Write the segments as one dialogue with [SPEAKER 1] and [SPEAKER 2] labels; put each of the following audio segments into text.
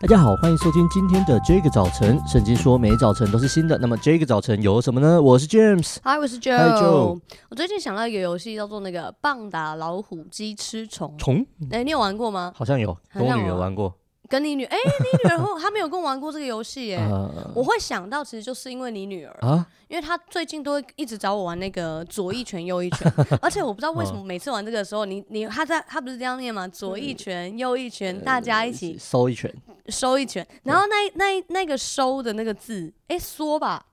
[SPEAKER 1] 大家好，欢迎收听今天的这个早晨。圣经说每早晨都是新的，那么这个早晨有什么呢？我是 James。
[SPEAKER 2] 嗨，我是 Joe。
[SPEAKER 1] Hi, Joe
[SPEAKER 2] 我最近想到一个游戏，叫做那个棒打老虎鸡吃虫。
[SPEAKER 1] 虫
[SPEAKER 2] 哎、你有玩过吗？
[SPEAKER 1] 好像有，跟
[SPEAKER 2] 啊
[SPEAKER 1] 我女儿玩过。
[SPEAKER 2] 跟你女哎、你女儿会她没有跟我玩过这个游戏耶。
[SPEAKER 1] 呃
[SPEAKER 2] 我会想到，其实就是因为你女儿，
[SPEAKER 1] 啊，
[SPEAKER 2] 因为她最近都会一直找我玩那个左一拳右 一拳，而且我不知道为
[SPEAKER 1] 哦
[SPEAKER 2] 什么每次玩这个的时候，你你她在她不是这样念吗？左
[SPEAKER 1] 嗯
[SPEAKER 2] 一拳右一拳，
[SPEAKER 1] 呃
[SPEAKER 2] 大家一起
[SPEAKER 1] 收一拳
[SPEAKER 2] 收一拳，然后那那那个收的那个字，哎、缩吧，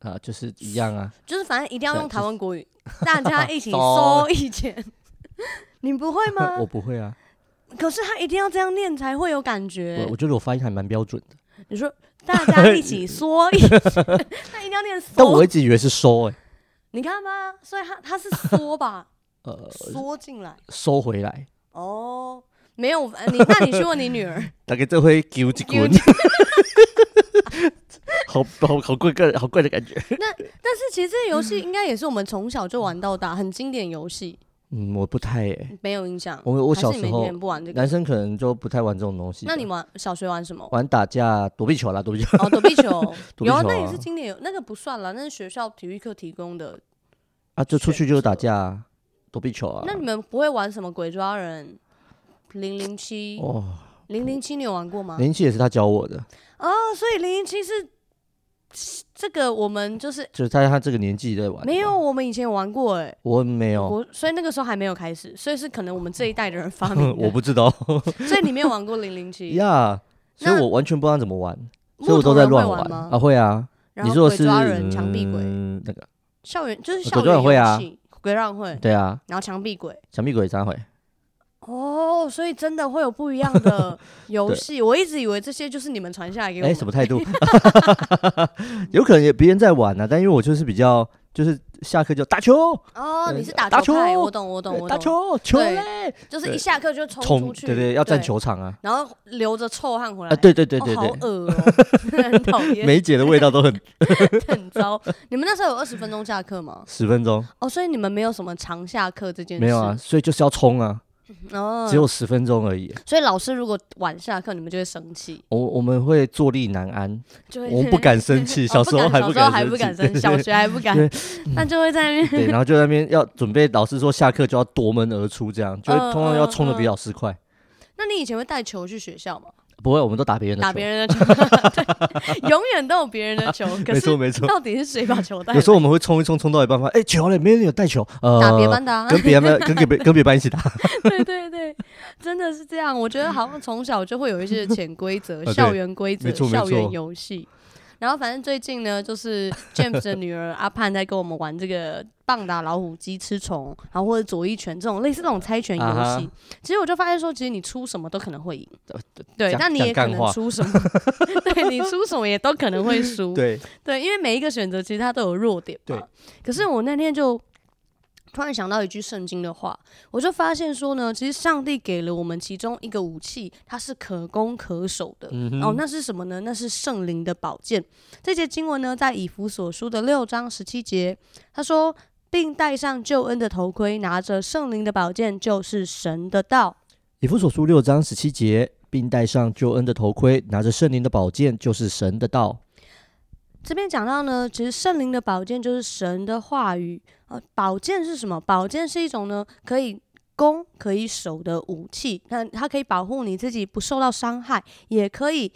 [SPEAKER 1] 啊，就是一样啊。
[SPEAKER 2] 就是反正一定要
[SPEAKER 1] 对
[SPEAKER 2] 用
[SPEAKER 1] 就
[SPEAKER 2] 台湾国语，大 家一起
[SPEAKER 1] 收？
[SPEAKER 2] 收一拳。 你不会吗
[SPEAKER 1] 我不会啊，
[SPEAKER 2] 可是他一定要这样念才会有感觉
[SPEAKER 1] 我我。觉得我发音还蛮标准的，
[SPEAKER 2] 你说大家一起缩一 拳，他一定要念
[SPEAKER 1] 但我
[SPEAKER 2] 缩
[SPEAKER 1] 一。直以为是收哎、
[SPEAKER 2] 你看吧，所以他他是缩吧，
[SPEAKER 1] 呃，
[SPEAKER 2] 缩进来
[SPEAKER 1] 收回来。
[SPEAKER 2] 哦。没有，呃你那你去问你 女儿，
[SPEAKER 1] 大概这会揪一
[SPEAKER 2] 滚
[SPEAKER 1] 好好好怪个好怪的感觉。
[SPEAKER 2] 但是其实这个游戏应该也是我们从小就玩到大，很经典游戏，
[SPEAKER 1] 嗯，我不太哎、
[SPEAKER 2] 没有影响。
[SPEAKER 1] 我我
[SPEAKER 2] 还是
[SPEAKER 1] 小
[SPEAKER 2] 你
[SPEAKER 1] 时
[SPEAKER 2] 们以
[SPEAKER 1] 候
[SPEAKER 2] 前不玩这个，
[SPEAKER 1] 男生可能就不太玩这种东西吧。
[SPEAKER 2] 那你玩小学玩什么？
[SPEAKER 1] 玩打架、躲避球啦，躲避球。
[SPEAKER 2] 哦，躲避球，
[SPEAKER 1] 躲避
[SPEAKER 2] 有啊，
[SPEAKER 1] 球
[SPEAKER 2] 那也
[SPEAKER 1] 啊
[SPEAKER 2] 是经典游，那个不算了，那是学校体育课提供的。
[SPEAKER 1] 啊，就出去就是打
[SPEAKER 2] 选择
[SPEAKER 1] 架、啊，躲避球啊。
[SPEAKER 2] 那你们不会玩什么鬼抓人、零零七、
[SPEAKER 1] 哦，
[SPEAKER 2] 零零七，你有玩过吗？
[SPEAKER 1] 零七也是他教我的，
[SPEAKER 2] 哦，所以零零七是这个，我们就是
[SPEAKER 1] 就是在他这个年纪在玩。
[SPEAKER 2] 没有，，我们以前有玩过哎、
[SPEAKER 1] 我没有，
[SPEAKER 2] 我所以那个时候还没有开始，所以是可能我们这一代的人发明
[SPEAKER 1] 我
[SPEAKER 2] 的，
[SPEAKER 1] 不知道
[SPEAKER 2] 所以你没有玩过零 零七，
[SPEAKER 1] 呀，所以
[SPEAKER 2] 那
[SPEAKER 1] 我完全不知道怎么玩，所以
[SPEAKER 2] 木
[SPEAKER 1] 我
[SPEAKER 2] 头
[SPEAKER 1] 都在
[SPEAKER 2] 人会
[SPEAKER 1] 乱
[SPEAKER 2] 玩吗？
[SPEAKER 1] 啊，会啊。
[SPEAKER 2] 然
[SPEAKER 1] 你
[SPEAKER 2] 后
[SPEAKER 1] 说
[SPEAKER 2] 鬼
[SPEAKER 1] 是
[SPEAKER 2] 抓人、墙壁鬼、
[SPEAKER 1] 嗯那个？
[SPEAKER 2] 校园就是
[SPEAKER 1] 鬼
[SPEAKER 2] 校
[SPEAKER 1] 抓
[SPEAKER 2] 园
[SPEAKER 1] 人会啊
[SPEAKER 2] 游戏，鬼抓人会，
[SPEAKER 1] 对啊，
[SPEAKER 2] 然后墙壁鬼。
[SPEAKER 1] 墙壁鬼三回。
[SPEAKER 2] 哦，所以真的会有不一样 的游戏。我一直以为这些就是你们传下来给我
[SPEAKER 1] 哎，
[SPEAKER 2] 们。
[SPEAKER 1] 什么 态度？ 有可能也别人在玩啊呢，但因为我就是比较，就是下课就打球，
[SPEAKER 2] 哦，你是打
[SPEAKER 1] 打
[SPEAKER 2] 球派，
[SPEAKER 1] 球
[SPEAKER 2] 我懂，我懂，
[SPEAKER 1] 对
[SPEAKER 2] 我
[SPEAKER 1] 打
[SPEAKER 2] 懂。
[SPEAKER 1] 球，球
[SPEAKER 2] 对
[SPEAKER 1] 嘞，
[SPEAKER 2] 就是
[SPEAKER 1] 对
[SPEAKER 2] 一下课就冲
[SPEAKER 1] 冲，
[SPEAKER 2] 出去，
[SPEAKER 1] 对对，要站，球场啊。
[SPEAKER 2] 然后流着臭汗回来。
[SPEAKER 1] 啊，对对对对
[SPEAKER 2] 哦
[SPEAKER 1] 对，
[SPEAKER 2] 好恶哦，很讨厌，
[SPEAKER 1] 梅姐的味道都 很
[SPEAKER 2] 很糟。你们那时候有二十分钟下课吗？
[SPEAKER 1] 十分钟。
[SPEAKER 2] 哦，所以你们没有什么长下课这件事。
[SPEAKER 1] 没有啊，。所以就是要冲啊，
[SPEAKER 2] 哦，
[SPEAKER 1] 只有十分钟而已。啊
[SPEAKER 2] 所以老师如果晚下课，你们就会生气，
[SPEAKER 1] 我我们会坐立难安，
[SPEAKER 2] 就会
[SPEAKER 1] 我们不 敢生气，小时候还
[SPEAKER 2] 哦不敢，小时候还
[SPEAKER 1] 不敢
[SPEAKER 2] 敢
[SPEAKER 1] 生
[SPEAKER 2] 生，
[SPEAKER 1] 气，
[SPEAKER 2] 小学还不敢
[SPEAKER 1] 对，
[SPEAKER 2] 那就会在那边
[SPEAKER 1] 对，然后就在那边要准备，老师说下课就要夺门而出，这样就会
[SPEAKER 2] 嗯
[SPEAKER 1] 通常要
[SPEAKER 2] 嗯
[SPEAKER 1] 冲的比
[SPEAKER 2] 嗯
[SPEAKER 1] 老师快。
[SPEAKER 2] 那你以前会带球去学校吗？
[SPEAKER 1] 不会，我们都打别人的
[SPEAKER 2] 打
[SPEAKER 1] 球
[SPEAKER 2] 别，人的球，对，永远都有别人的球。可
[SPEAKER 1] 没错
[SPEAKER 2] 是
[SPEAKER 1] 没 错。
[SPEAKER 2] 到底是谁把球带来？
[SPEAKER 1] 有时候我们会冲一冲，冲到一半发现，哎，球嘞，没人有带球，呃，
[SPEAKER 2] 打别班的啊，
[SPEAKER 1] 跟别班跟 跟别跟别班一起打，
[SPEAKER 2] 对对对，真的是这样。我觉得好像从小就会有一些潜规则
[SPEAKER 1] 啊 对、
[SPEAKER 2] 校园规则
[SPEAKER 1] 没、错没
[SPEAKER 2] 校园
[SPEAKER 1] 错
[SPEAKER 2] 游戏。然后反正最近呢，就是 James 的女儿阿盼在跟我们玩这个棒打老虎鸡吃虫，然后或者左一拳这种类似这种猜拳游
[SPEAKER 1] 啊
[SPEAKER 2] 戏
[SPEAKER 1] 哈。呃
[SPEAKER 2] 其实我就发现说，其实你出什么都可能会赢，对，
[SPEAKER 1] 讲
[SPEAKER 2] 但你
[SPEAKER 1] 讲
[SPEAKER 2] 也可
[SPEAKER 1] 干
[SPEAKER 2] 能
[SPEAKER 1] 话
[SPEAKER 2] 出什么， 对你出什么也都可能会 输。
[SPEAKER 1] 对，
[SPEAKER 2] 对，因为每一个选择其实它都有弱点嘛。
[SPEAKER 1] 对。
[SPEAKER 2] 可是我那天就突然想到一句圣经的话，我就发现说呢，其实上帝给了我们其中一个武器，它是可攻可守的。
[SPEAKER 1] 嗯
[SPEAKER 2] 哦
[SPEAKER 1] 哼，，
[SPEAKER 2] 那是什么呢？那是圣灵的宝剑。这节经文呢，在以弗所书的六章十七节，他说，并戴上救恩的头盔，拿着圣灵的宝剑，就是神的道。
[SPEAKER 1] 以弗所书六章十七节，并戴上救恩的头盔，拿着圣灵的宝剑，就是神的道。
[SPEAKER 2] 这边讲到呢，其实圣灵的宝剑就是神的话语。呃，宝剑是什么？宝剑是一种呢可以攻可以守的武器，那它可以保护你自己不受到伤害，也可以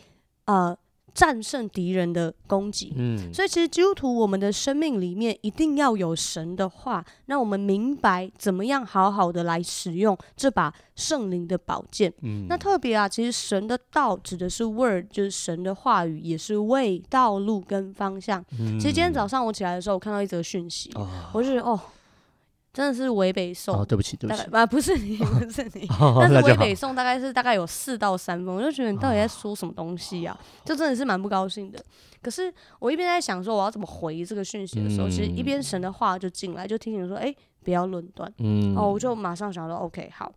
[SPEAKER 2] 呃战胜敌人的攻击。
[SPEAKER 1] 嗯，
[SPEAKER 2] 所以，其实基督徒我们的生命里面一定要有神的话，让我们明白怎么样好好的来使用这把圣灵的宝剑。
[SPEAKER 1] 嗯
[SPEAKER 2] 那特别啊，其实神的道指的是 word，就是神的话语，也是为道路跟方向。
[SPEAKER 1] 嗯
[SPEAKER 2] 其实今天早上我起来的时候，我看到一则讯息，
[SPEAKER 1] 哦
[SPEAKER 2] 我就觉得哦，真的是违北宋，
[SPEAKER 1] 哦，对不起，对不
[SPEAKER 2] 大
[SPEAKER 1] 起
[SPEAKER 2] 概，啊不是你，不是你。
[SPEAKER 1] 好
[SPEAKER 2] 但
[SPEAKER 1] 那
[SPEAKER 2] 是
[SPEAKER 1] 就
[SPEAKER 2] 违
[SPEAKER 1] 好。
[SPEAKER 2] 北宋大概是大概有四到三封，我就觉得你到底在说什么东西啊？就真的是蛮不高兴的。可是我一边在想说我要怎么回这个讯息的时候，其实一边神的话就进来，就提醒说，哎、不要论断。
[SPEAKER 1] 嗯，
[SPEAKER 2] 哦，我就马上想到，OK，好，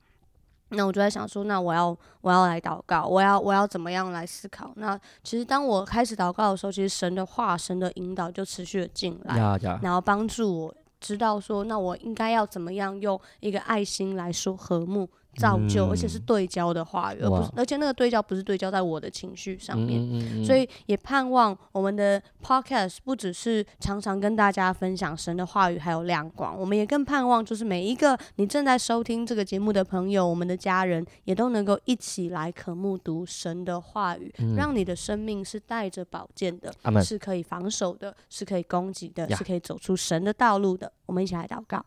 [SPEAKER 2] 那我就在想说，那我要我要来祷告，我要我要怎么样来思考？那其实当我开始祷告的时候，其实神的话、神的引导就持续的进来，
[SPEAKER 1] 呀呀，
[SPEAKER 2] 然后帮助我知道说，那我应该要怎么样用一个爱心来说和睦造就，
[SPEAKER 1] 嗯
[SPEAKER 2] 而且是对焦的话语，而不是
[SPEAKER 1] 哇
[SPEAKER 2] 而且那个对焦不是对焦在我的情绪上面。
[SPEAKER 1] 嗯
[SPEAKER 2] 所以也盼望我们的 podcast 不只是常常跟大家分享神的话语，还有亮光。我们也更盼望，就是每一个你正在收听这个节目的朋友，我们的家人也都能够一起来渴慕读神的话语，让你的生命是带着宝剑的，
[SPEAKER 1] 阿门
[SPEAKER 2] 是可以防守的，是可以攻击的，
[SPEAKER 1] 呀
[SPEAKER 2] 是可以走出神的道路的。我们一起来祷告。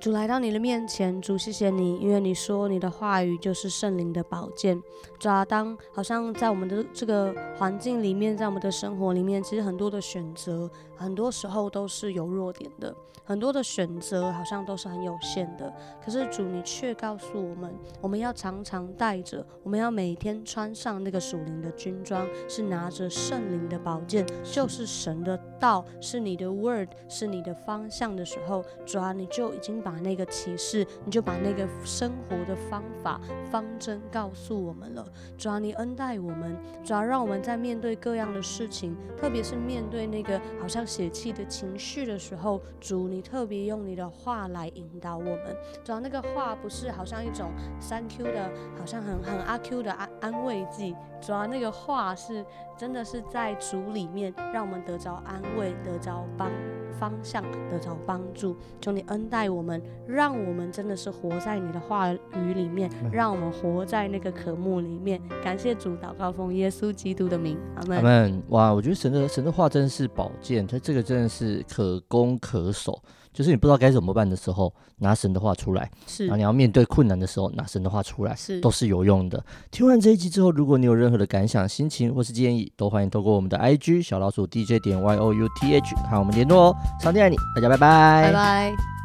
[SPEAKER 2] 主来到你的面前，主谢谢你，因为你说你的话语就是圣灵的宝剑。主啊，当好像在我们的这个环境里面，在我们的生活里面，其实很多的选择，很多时候都是有弱点的，很多的选择好像都是很有限的。可是主，你却告诉我们，我们要常常带着，我们要每天穿上那个属灵的军装，是拿着圣灵的宝剑，就是神的道，是你的 word，是你的方向的时候，主啊，你就已经把那个启示，你就把那个生活的方法、方针告诉我们了。主啊，你恩待我们，主啊，让我们在面对各样的事情，特别是面对那个好像血气的情绪的时候，主，你特别用你的话来引导我们。主啊，那个话不是好像一种三 Q 的，好像很很阿 Q 的安安慰剂。主啊，那个话是真的是在主里面，让我们得着安慰，得着帮方向，得着帮助。求你恩待我们，让我们真的是活在你的话语里面，让我们活在那个渴慕里面。感谢主，祷告奉耶稣基督的名，阿
[SPEAKER 1] 阿
[SPEAKER 2] 门。
[SPEAKER 1] 们，哇！我觉得神的神的话真的是宝剑，它这个真的是可攻可守，就是你不知道该怎么办的时候，拿神的话出来；
[SPEAKER 2] 是
[SPEAKER 1] 然后你要面对困难的时候，拿神的话出来，
[SPEAKER 2] 是
[SPEAKER 1] 都是有用的。听完这一集之后，如果你有任何的感想、心情或是建议，都欢迎透过我们的 IG 小老鼠 DJ 点 Y O U T H 和我们联络哦。上帝爱你，大家拜拜
[SPEAKER 2] 拜拜。